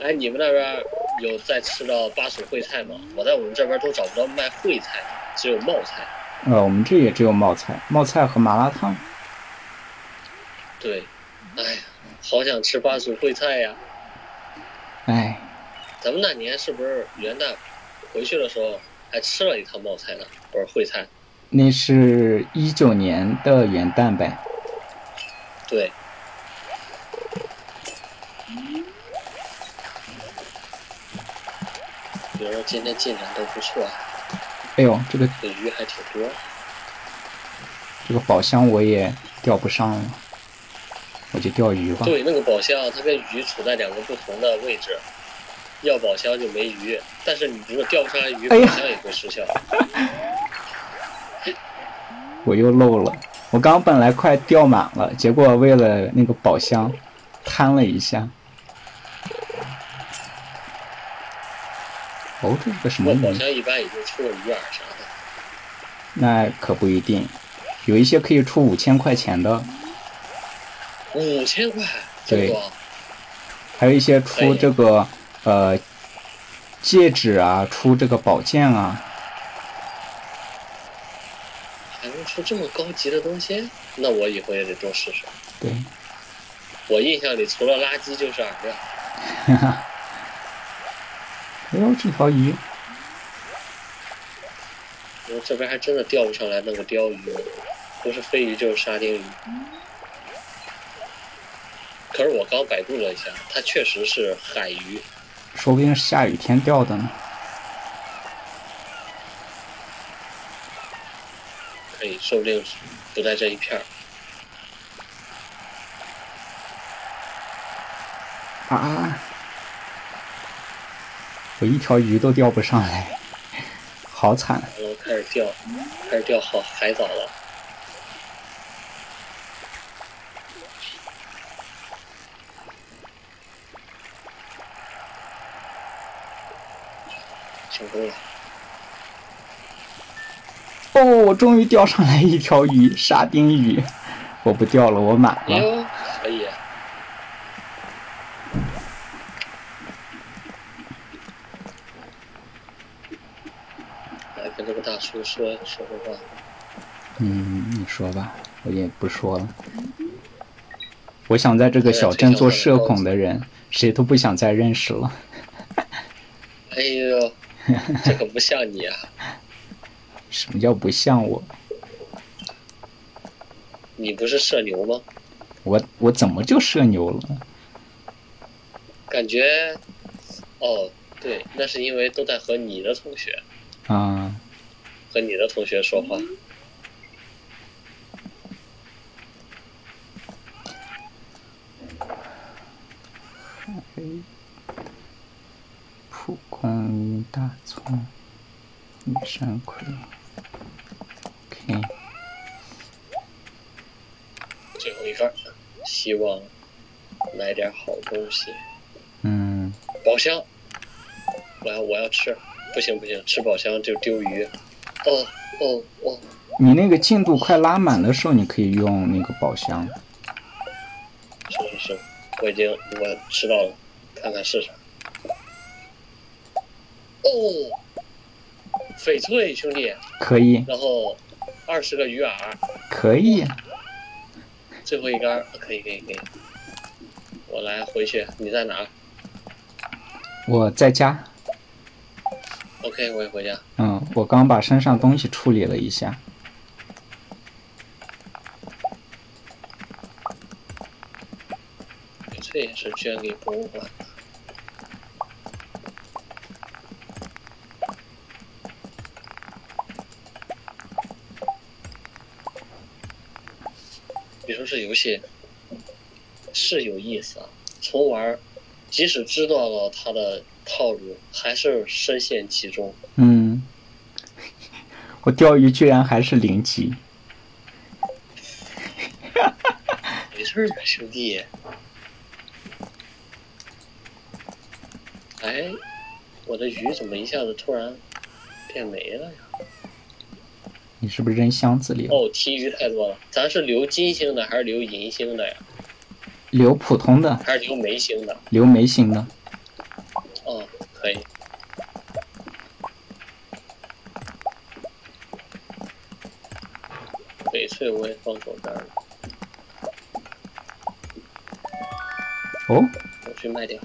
Speaker 2: 哎，你们那边有在吃到巴蜀烩菜吗？我在我们这边都找不到卖烩菜的，只有冒菜。
Speaker 3: 呃，我们这也只有冒菜、冒菜和麻辣烫。
Speaker 2: 对，哎呀，好想吃巴蜀烩菜呀！
Speaker 3: 哎，
Speaker 2: 咱们那年是不是元旦回去的时候还吃了一趟冒菜呢，不是烩菜？
Speaker 3: 那是一九年的元旦呗。
Speaker 2: 对，比如说今天进展都不错，啊
Speaker 3: 哎呦，这个
Speaker 2: 这鱼还挺多。
Speaker 3: 这个宝箱我也钓不上了，我就钓鱼吧。
Speaker 2: 对，那个宝箱它跟鱼处在两个不同的位置，要宝箱就没鱼，但是你如果钓不上来鱼，宝
Speaker 3: 哎呀
Speaker 2: 箱也会失效。
Speaker 3: 我又漏了。我刚本来快钓满了，结果为了那个宝箱，贪了一下。哦，这是个什
Speaker 2: 不
Speaker 3: 么
Speaker 2: 过宝
Speaker 3: 鱼？
Speaker 2: 箱一般也就出个鱼饵啥的。
Speaker 3: 那可不一定，有一些可以出五千块钱的，
Speaker 2: 五千块，这么
Speaker 3: 对
Speaker 2: 多，
Speaker 3: 还有一些
Speaker 2: 可
Speaker 3: 出
Speaker 2: 以
Speaker 3: 这个呃戒指啊，出这个宝剑啊。
Speaker 2: 还能出这么高级的东西？那我以后也得多试试。
Speaker 3: 对，
Speaker 2: 我印象里除了垃圾就是饵料。
Speaker 3: 哎呦，这条鱼，
Speaker 2: 我这边还真的钓不上来那个鲷鱼，不是飞鱼就是沙丁鱼。可是我刚百度了一下，它确实是海鱼，
Speaker 3: 说不定是下雨天钓的呢。
Speaker 2: 可以，说不定是不在这一片儿。
Speaker 3: 啊！我一条鱼都钓不上来，好惨！
Speaker 2: 然后开始钓，开始钓好海藻了。成功了，
Speaker 3: 哦，我终于钓上来一条鱼，沙丁鱼。我不钓了，我满
Speaker 2: 哎
Speaker 3: 了。
Speaker 2: 呦，可以啊，来哎跟这个大叔说说说话。
Speaker 3: 嗯，你说吧，我也不说了。我想在这个小镇做社恐的人，谁都不想再认识了。
Speaker 2: 哎呦，这可不像你啊！
Speaker 3: 什么叫不像我？
Speaker 2: 你不是社牛吗？
Speaker 3: 我我怎么就社牛了？
Speaker 2: 感觉，哦，对，那是因为都在和你的同学
Speaker 3: 啊，
Speaker 2: 和你的同学说话。
Speaker 3: 蒲公英、大葱、玉山葵。OK。
Speaker 2: 最后一杆儿，希望来点好东西。
Speaker 3: 嗯，
Speaker 2: 宝箱，我要我要吃，不行不行，吃宝箱就丢鱼。哦哦哦，
Speaker 3: 你那个进度快拉满的时候，你可以用那个宝箱。
Speaker 2: 是是是，我已经我吃到了，看看是啥。哦，翡翠兄弟，
Speaker 3: 可以，
Speaker 2: 然后二十个鱼饵，
Speaker 3: 可以，
Speaker 2: 最后一杆儿，可以可以可以。我来回去，你在哪儿
Speaker 3: 我在家。
Speaker 2: ？OK，我也回家。
Speaker 3: 嗯，我刚把身上东西处理了一下。
Speaker 2: 这也是捐给博物馆的。你说这游戏是有意思啊，从玩儿，即使知道了它的套路，还是深陷其中。
Speaker 3: 嗯， 我钓鱼居然还是零级。
Speaker 2: 没事儿的，兄弟。哎，我的鱼怎么一下子突然变没了呀？
Speaker 3: 你是不是扔箱子里了？
Speaker 2: 哦，提鱼太多了。咱是留金星的还是留银星的呀？
Speaker 3: 留普通的，
Speaker 2: 还是留梅星的？
Speaker 3: 留眉形的。
Speaker 2: 哦，可以。翡翠我也放口袋了，
Speaker 3: 哦，
Speaker 2: 我去卖掉。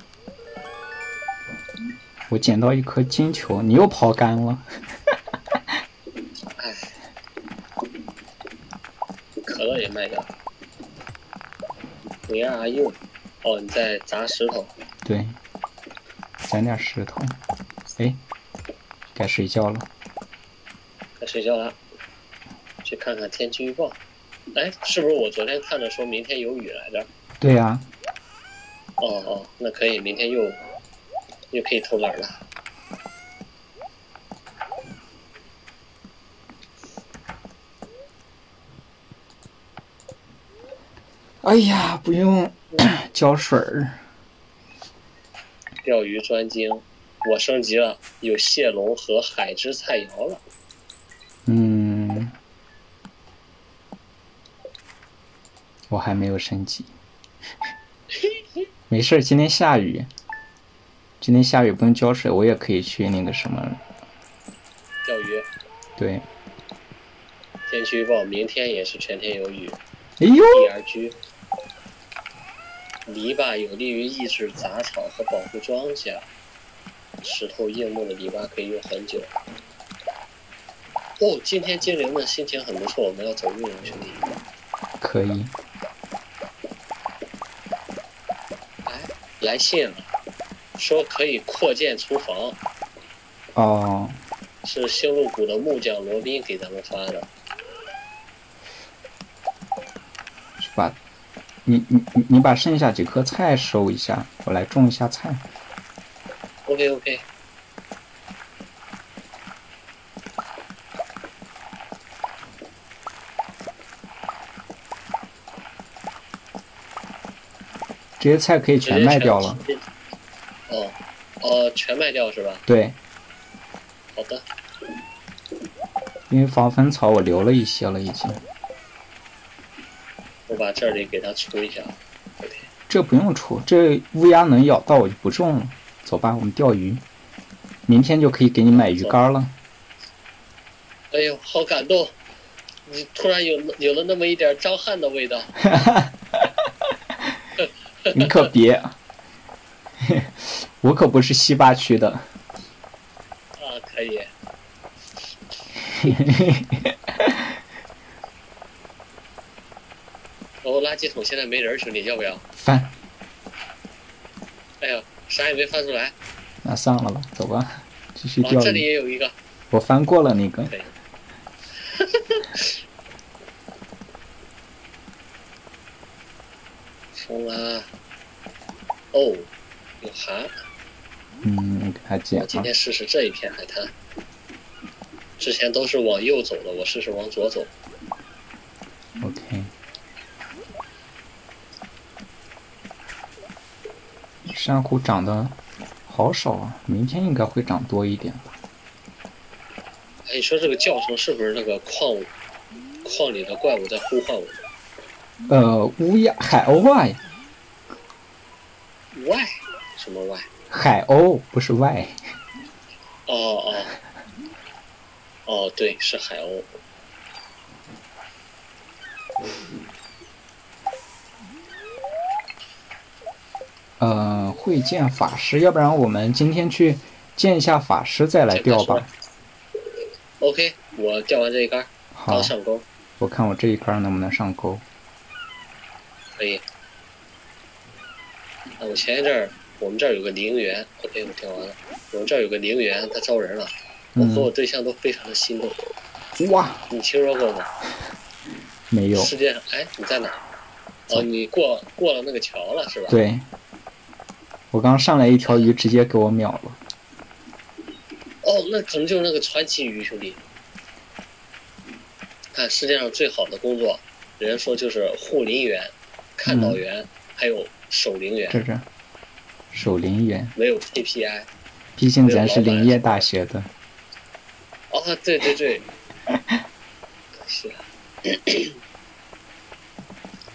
Speaker 3: 我捡到一颗金球，你又抛竿了。
Speaker 2: 哎，可乐也卖掉了，没啥用。哦，你在砸石头，
Speaker 3: 对，捡点石头。哎，该睡觉了。
Speaker 2: 该睡觉了。去看看天气预报。哎，是不是我昨天看着说明天有雨来着？
Speaker 3: 对呀、
Speaker 2: 哦哦，那可以，明天又又可以偷懒了。
Speaker 3: 哎呀，不用 浇水儿。
Speaker 2: 钓鱼专精，我升级了，有蟹笼和海之菜肴了。
Speaker 3: 嗯，我还没有升级。没事儿，今天下雨，今天下雨不用浇水，我也可以去那个什么。
Speaker 2: 钓鱼
Speaker 3: 对，
Speaker 2: 天气预报，明天也是全天有雨。
Speaker 3: 哎呦，
Speaker 2: D R G，篱笆有利于抑制杂草和保护庄稼。石头硬木的篱笆可以用很久。哦，今天精灵们心情很不错，我们要走运了，兄弟。
Speaker 3: 可以，
Speaker 2: 哎，来信了，说可以扩建厨房，
Speaker 3: 哦，
Speaker 2: 是星露谷的木匠罗宾给咱们发的。
Speaker 3: 去把，你你你你把剩下几颗菜收一下，我来种一下菜。
Speaker 2: OK OK，
Speaker 3: 这些菜可以
Speaker 2: 直
Speaker 3: 全
Speaker 2: 接
Speaker 3: 卖掉了。。
Speaker 2: 哦，哦，全卖掉是吧？
Speaker 3: 对，
Speaker 2: 好的，
Speaker 3: 因为防风草我留了一些了，已经。
Speaker 2: 我把这里给它除一下。OK，
Speaker 3: 这不用除，这乌鸦能咬到我就不种了。走吧，我们钓鱼，明天就可以给你买鱼竿了。
Speaker 2: 哎呦，好感动！你突然有了有了那么一点张翰的味道。
Speaker 3: 你可别， 我可不是西坝区的。
Speaker 2: 啊，可以。哦，垃圾桶现在没人，兄弟，要不要？
Speaker 3: 翻，
Speaker 2: 哎呀，啥也没翻出来。
Speaker 3: 那算了吧，走吧，继续
Speaker 2: 哦，
Speaker 3: 钓
Speaker 2: 这里
Speaker 3: 鱼。
Speaker 2: 也有一个。
Speaker 3: 我翻过了那个，
Speaker 2: 疯啦！啊哦，有蛤！
Speaker 3: 嗯，我给它剪
Speaker 2: 我今
Speaker 3: 了。
Speaker 2: 天试试这一片海滩。之前都是往右走的，我试试往左走。
Speaker 3: OK。珊瑚长得好少啊，明天应该会长多一点吧？
Speaker 2: 哎，你说这个叫声是不是那个矿物矿里的怪物在呼唤我
Speaker 3: 呃，乌鸦、海鸥啊，
Speaker 2: ？Why？什么 why？
Speaker 3: 海鸥不是外。
Speaker 2: 哦哦哦，对，是海鸥。
Speaker 3: 呃，会见法师，要不然我们今天去见一下法师再来钓吧。
Speaker 2: OK，我钓完这一竿，
Speaker 3: 好
Speaker 2: 刚，上钩，
Speaker 3: 我看我这一杆能不能上钩。
Speaker 2: 可以。啊，我前一阵儿我们这儿有个陵园，OK，我钓完了。我们这儿有个陵园，它招人了，我和我
Speaker 3: 嗯，
Speaker 2: 对象都非常的心动。
Speaker 3: 哇，
Speaker 2: 你听说过吗？
Speaker 3: 没有，
Speaker 2: 世界上，哎，你在哪儿？哦，你过过了那个桥了是吧？
Speaker 3: 对，我刚上来一条鱼，直接给我秒了。
Speaker 2: 哦，那可能就是那个传奇鱼兄弟。看世界上最好的工作，人说就是护林员、看导员，还有守林员，
Speaker 3: 嗯这是守林员，
Speaker 2: 没有 KPI。
Speaker 3: 毕竟咱是林业大学的。
Speaker 2: 哦，对对对，是。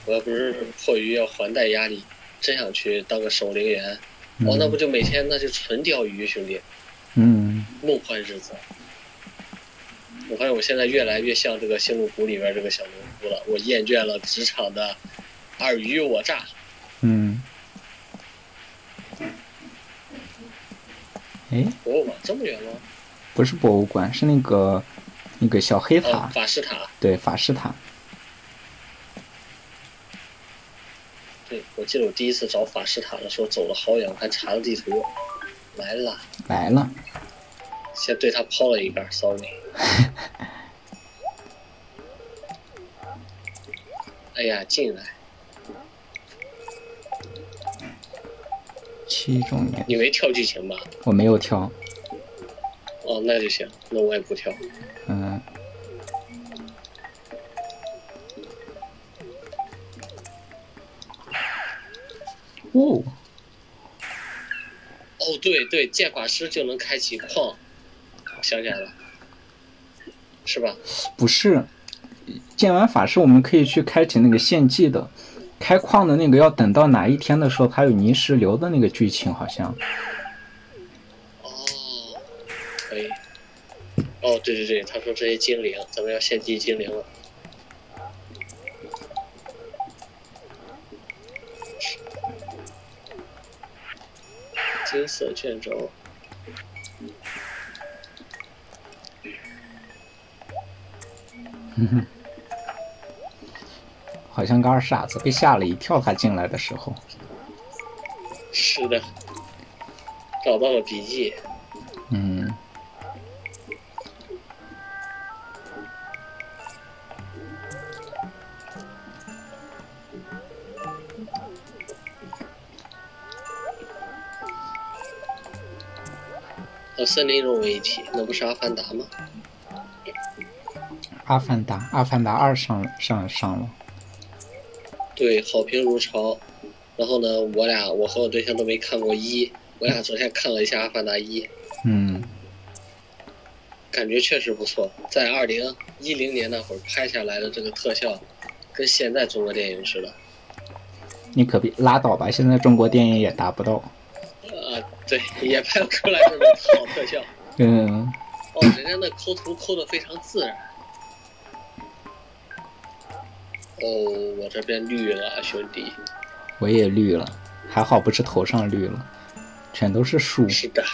Speaker 2: 我要不是迫于要还贷压力，真想去当个守林员。哦，那不
Speaker 3: 嗯
Speaker 2: 就每天那就纯钓鱼，兄弟，
Speaker 3: 嗯，
Speaker 2: 梦幻日子。我发现我现在越来越像这个《星露谷》里边这个小农夫了，我厌倦了职场的尔虞我诈。
Speaker 3: 嗯，哎，
Speaker 2: 博物馆这么远吗？
Speaker 3: 不是博物馆，是那个那个小黑
Speaker 2: 哦
Speaker 3: 塔，，
Speaker 2: 法式塔，
Speaker 3: 对，法式塔。
Speaker 2: 对我记得我第一次找法式塔的时候走了好远，我还查了地图，来了，
Speaker 3: 来了，
Speaker 2: 先对他抛了一杆，sorry。哎呀，进来，
Speaker 3: 七中年，
Speaker 2: 你没跳剧情吧？
Speaker 3: 我没有挑，
Speaker 2: 哦，那就行，那我也不跳。
Speaker 3: 嗯，哦，
Speaker 2: 哦，对对，剑法师就能开启矿，我想起来了，是吧？
Speaker 3: 不是，建完法师我们可以去开启那个献祭的，开矿的那个要等到哪一天的时候，它有泥石流的那个剧情好像。
Speaker 2: 哦，可以。哦，对对对，他说这些精灵，咱们要献祭精灵了。金色卷轴，
Speaker 3: 好像个二傻子被吓了一跳，他进来的时候，
Speaker 2: 是的，找到了笔记。
Speaker 3: 嗯，
Speaker 2: 和森林融为一体，那不是阿凡达吗？
Speaker 3: 阿凡达，阿凡达二上上上了，
Speaker 2: 对，好评如潮。然后呢，我俩我和我对象都没看过一，我俩昨天看了一下《阿凡达一》，
Speaker 3: 嗯，
Speaker 2: 感觉确实不错。在二零一零年那会儿拍下来的这个特效，跟现在中国电影似的。
Speaker 3: 你可别拉倒吧，现在中国电影也达不到，
Speaker 2: 啊、对，也拍不出来这种好特效。
Speaker 3: 嗯，
Speaker 2: 哦，人家那抠图抠的非常自然。哦，我这边绿了，啊兄弟。
Speaker 3: 我也绿了，还好不是头上绿了，全都是树，
Speaker 2: 是的。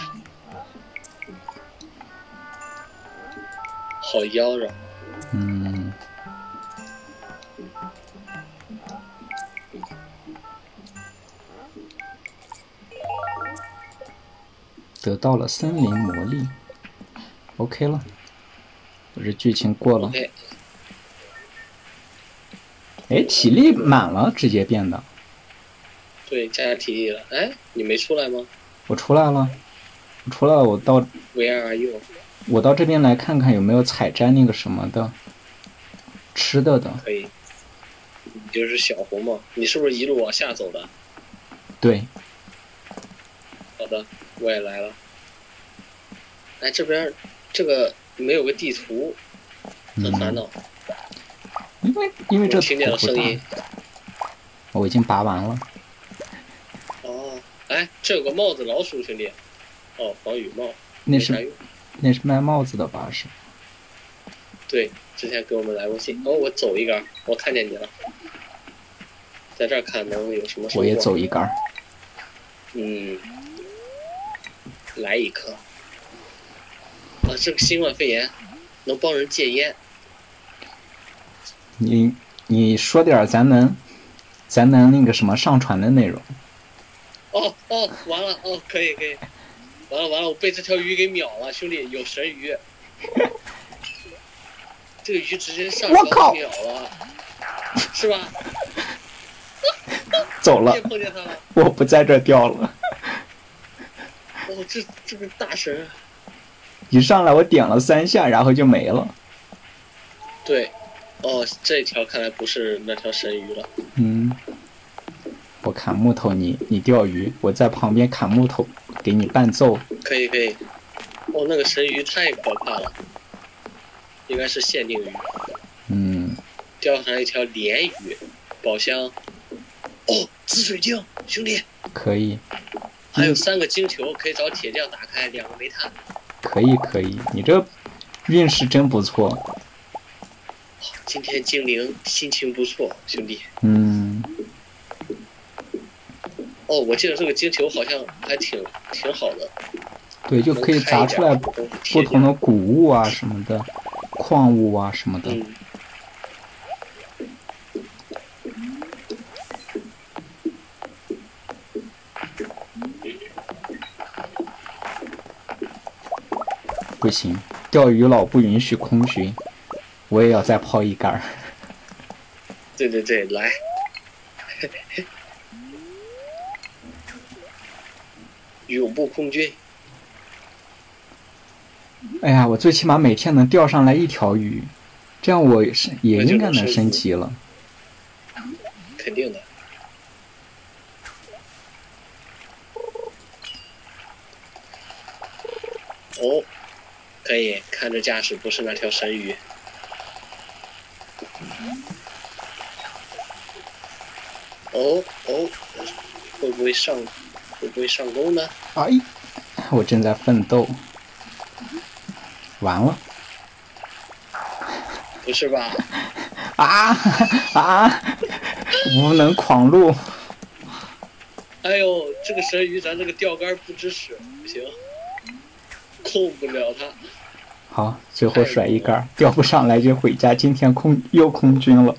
Speaker 2: 好妖娆。
Speaker 3: 嗯，得到了森林魔力，OK 了，我这剧情过了。
Speaker 2: OK，
Speaker 3: 哎，体力满了，直接变的。
Speaker 2: 对，加体力了。哎，你没出来吗
Speaker 3: 我出来了，我出来了，我到
Speaker 2: ？Where are you？
Speaker 3: 我到这边来看看有没有采摘那个什么的吃的的。
Speaker 2: 可以。你就是小红帽，你是不是一路往下走的？
Speaker 3: 对，
Speaker 2: 好的，我也来了。哎，这边儿这个没有个地图，很烦
Speaker 3: 嗯，
Speaker 2: 恼。
Speaker 3: 因为因为这
Speaker 2: 我听见了
Speaker 3: 图不
Speaker 2: 声
Speaker 3: 大
Speaker 2: 音，
Speaker 3: 我已经拔完了。
Speaker 2: 哦，哎，这有个帽子老鼠兄弟。哦，防雨帽，
Speaker 3: 那
Speaker 2: 没啥
Speaker 3: 是
Speaker 2: 用。
Speaker 3: 那是卖帽子的吧？是
Speaker 2: 对，之前给我们来过信。哦，我走一杆儿，我看见你了。在这儿看能有什么收获？
Speaker 3: 我也走一杆儿。
Speaker 2: 嗯，来一颗。啊，这个新冠肺炎能帮人戒烟，
Speaker 3: 你你说点儿咱能咱能那个什么上传的内容。
Speaker 2: 哦哦，完了哦，可以可以，完了完了，我被这条鱼给秒了，兄弟，有神鱼， 这个鱼直接上
Speaker 3: 我
Speaker 2: 船
Speaker 3: 靠
Speaker 2: 秒了，是吧？
Speaker 3: 走
Speaker 2: 你
Speaker 3: 了
Speaker 2: 也，碰见它了，
Speaker 3: 我不在这儿钓了。
Speaker 2: 哦，这这个大神，啊
Speaker 3: 一上来我点了三下，然后就没了。
Speaker 2: 对，哦，这条看来不是那条神鱼了，
Speaker 3: 嗯，我砍木头，你你钓鱼，我在旁边砍木头，给你伴奏。
Speaker 2: 可以可以，哦，那个神鱼太可怕了，应该是限定鱼，
Speaker 3: 嗯，
Speaker 2: 钓上一条鲢鱼，宝箱，哦，紫水晶，兄弟。
Speaker 3: 可以，
Speaker 2: 还有三个金球可以找铁匠打开，两个煤炭。
Speaker 3: 可以，可以，你这运势真不错。
Speaker 2: 今天精灵心情不错，兄弟。
Speaker 3: 嗯，
Speaker 2: 哦，我记得这个金球好像还挺挺好的，
Speaker 3: 对，就可以砸出来不同的谷物啊什么的，矿物啊什么的。
Speaker 2: 嗯，
Speaker 3: 不行，钓鱼佬不允许空军，我也要再抛一杆儿。
Speaker 2: 对对对，来， 永不空军，
Speaker 3: 哎呀，我最起码每天能钓上来一条鱼，这样我是也应该能升级了。
Speaker 2: 肯定的。哦，可以，看这架势不是那条神鱼，哦哦，会不会上会不会上钩呢？
Speaker 3: 哎，我正在奋斗，完了
Speaker 2: 不是吧？
Speaker 3: 啊啊！无能狂怒，
Speaker 2: 哎呦，这个神鱼咱这个钓竿不支持，不行，控不了它。
Speaker 3: 好，最后甩一杆儿，钓不上来就回家。今天空又空军了，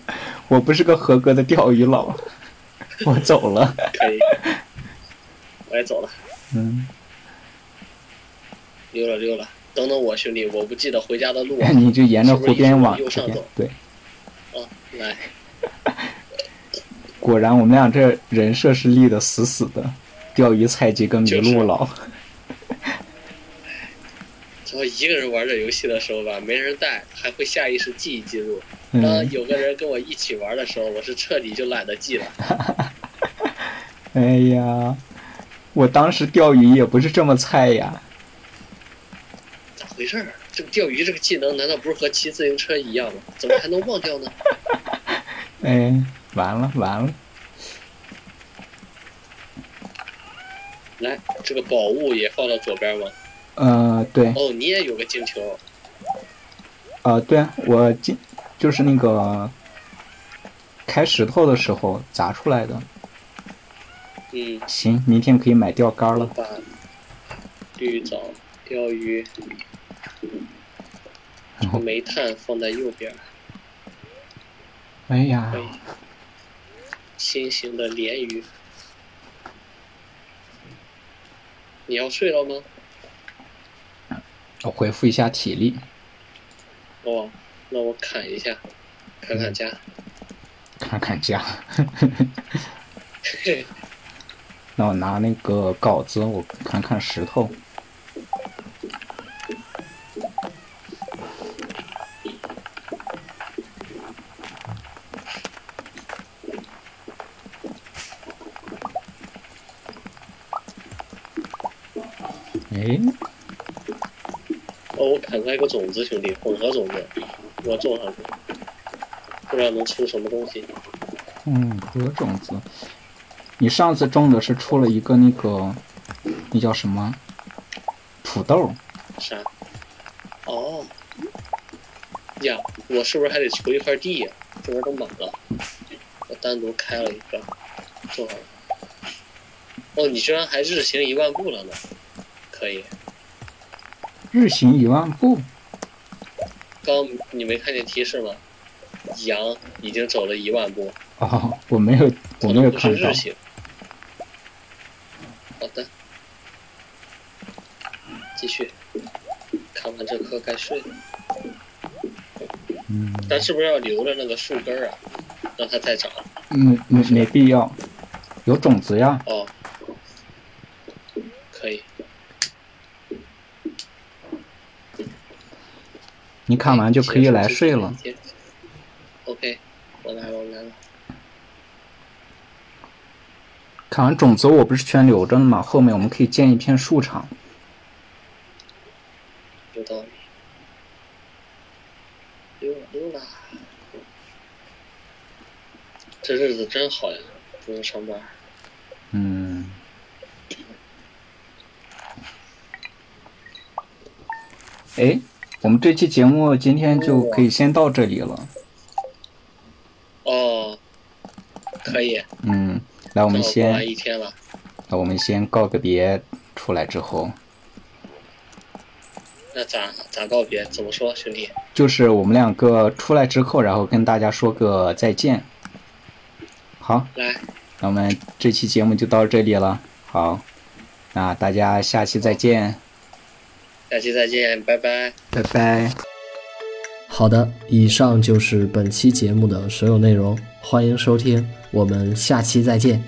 Speaker 3: 我不是个合格的钓鱼佬，我走了。
Speaker 2: 可以， 我也走了，
Speaker 3: 嗯，
Speaker 2: 溜了溜了。等等我，兄弟，我不记得回家的路啊。
Speaker 3: 你就沿着湖边往
Speaker 2: 是不是
Speaker 3: 这
Speaker 2: 一直往右上
Speaker 3: 边
Speaker 2: 走，
Speaker 3: 对。
Speaker 2: 啊， 来，
Speaker 3: 果然，我们俩这人设是立得死死的，钓鱼菜鸡跟麋鹿
Speaker 2: 啊
Speaker 3: 佬。
Speaker 2: 然后一个人玩这游戏的时候吧，没人带，还会下意识记一记录。当
Speaker 3: 嗯，
Speaker 2: 有个人跟我一起玩的时候，我是彻底就懒得记了。
Speaker 3: 哎呀，我当时钓鱼也不是这么菜呀。
Speaker 2: 咋回事儿？这个钓鱼这个技能，难道不是和骑自行车一样吗？怎么还能忘掉呢？
Speaker 3: 哎，完了完了，
Speaker 2: 来，这个宝物也放到左边吗？
Speaker 3: 呃，对，
Speaker 2: 哦，你也有个金球，
Speaker 3: 呃，对啊，我今就是那个开石头的时候砸出来的。
Speaker 2: 嗯，
Speaker 3: 行，明天可以买钓竿
Speaker 2: 我
Speaker 3: 了。
Speaker 2: 把绿藻、钓鱼、
Speaker 3: 然后，
Speaker 2: 煤炭放在右边。
Speaker 3: 哎呀，
Speaker 2: 新型的鲢鱼。你要睡了吗？
Speaker 3: 我回复一下体力。
Speaker 2: 哦，那我砍一下，砍砍价。
Speaker 3: 看看家。那我拿那个镐子，我看看石头。哎，
Speaker 2: 哦，我砍出来一个种子，兄弟，混合种子，我种上去，不知道能出什么东西。
Speaker 3: 嗯，有种子。你上次种的是出了一个那个，那叫什么？土豆。
Speaker 2: 啥？哦，呀，我是不是还得锄一块地呀、这边都满了，我单独开了一个，种上了。哦，你居然还日行一万步了呢，可以。
Speaker 3: 日行一万步。
Speaker 2: 刚你没看见提示吗？羊已经走了一万步，
Speaker 3: 哦，我没有，我
Speaker 2: 可
Speaker 3: 没有
Speaker 2: 能不是
Speaker 3: 看到
Speaker 2: 日。行。好的，继续。看完这棵该睡了，
Speaker 3: 嗯，
Speaker 2: 咱是不是要留着那个树根儿啊，让它再长？
Speaker 3: 没没没必要，有种子呀。
Speaker 2: 哦，可以。
Speaker 3: 你看完就可以来睡了。。
Speaker 2: OK，我来了，我来了。
Speaker 3: 看完种子，我不是全留着呢吗？后面我们可以建一片树场。
Speaker 2: 有道理。溜了溜了，这日子真好呀，不用上班。
Speaker 3: 嗯，哎，我们这期节目今天就可以先到这里了。
Speaker 2: 哦，可以，
Speaker 3: 嗯，来，
Speaker 2: 那
Speaker 3: 我
Speaker 2: 我过
Speaker 3: 们
Speaker 2: 完
Speaker 3: 先，
Speaker 2: 一天了。
Speaker 3: 那我们先告个别，出来之后，
Speaker 2: 那咋咋告别？怎么说，兄弟？
Speaker 3: 就是我们两个出来之后，然后跟大家说个再见。好，
Speaker 2: 来，
Speaker 3: 那我们这期节目就到这里了。好，那大家下期再见，
Speaker 2: 下期再见，拜拜。
Speaker 3: 拜拜。
Speaker 1: 好的，以上就是本期节目的所有内容，欢迎收听，我们下期再见。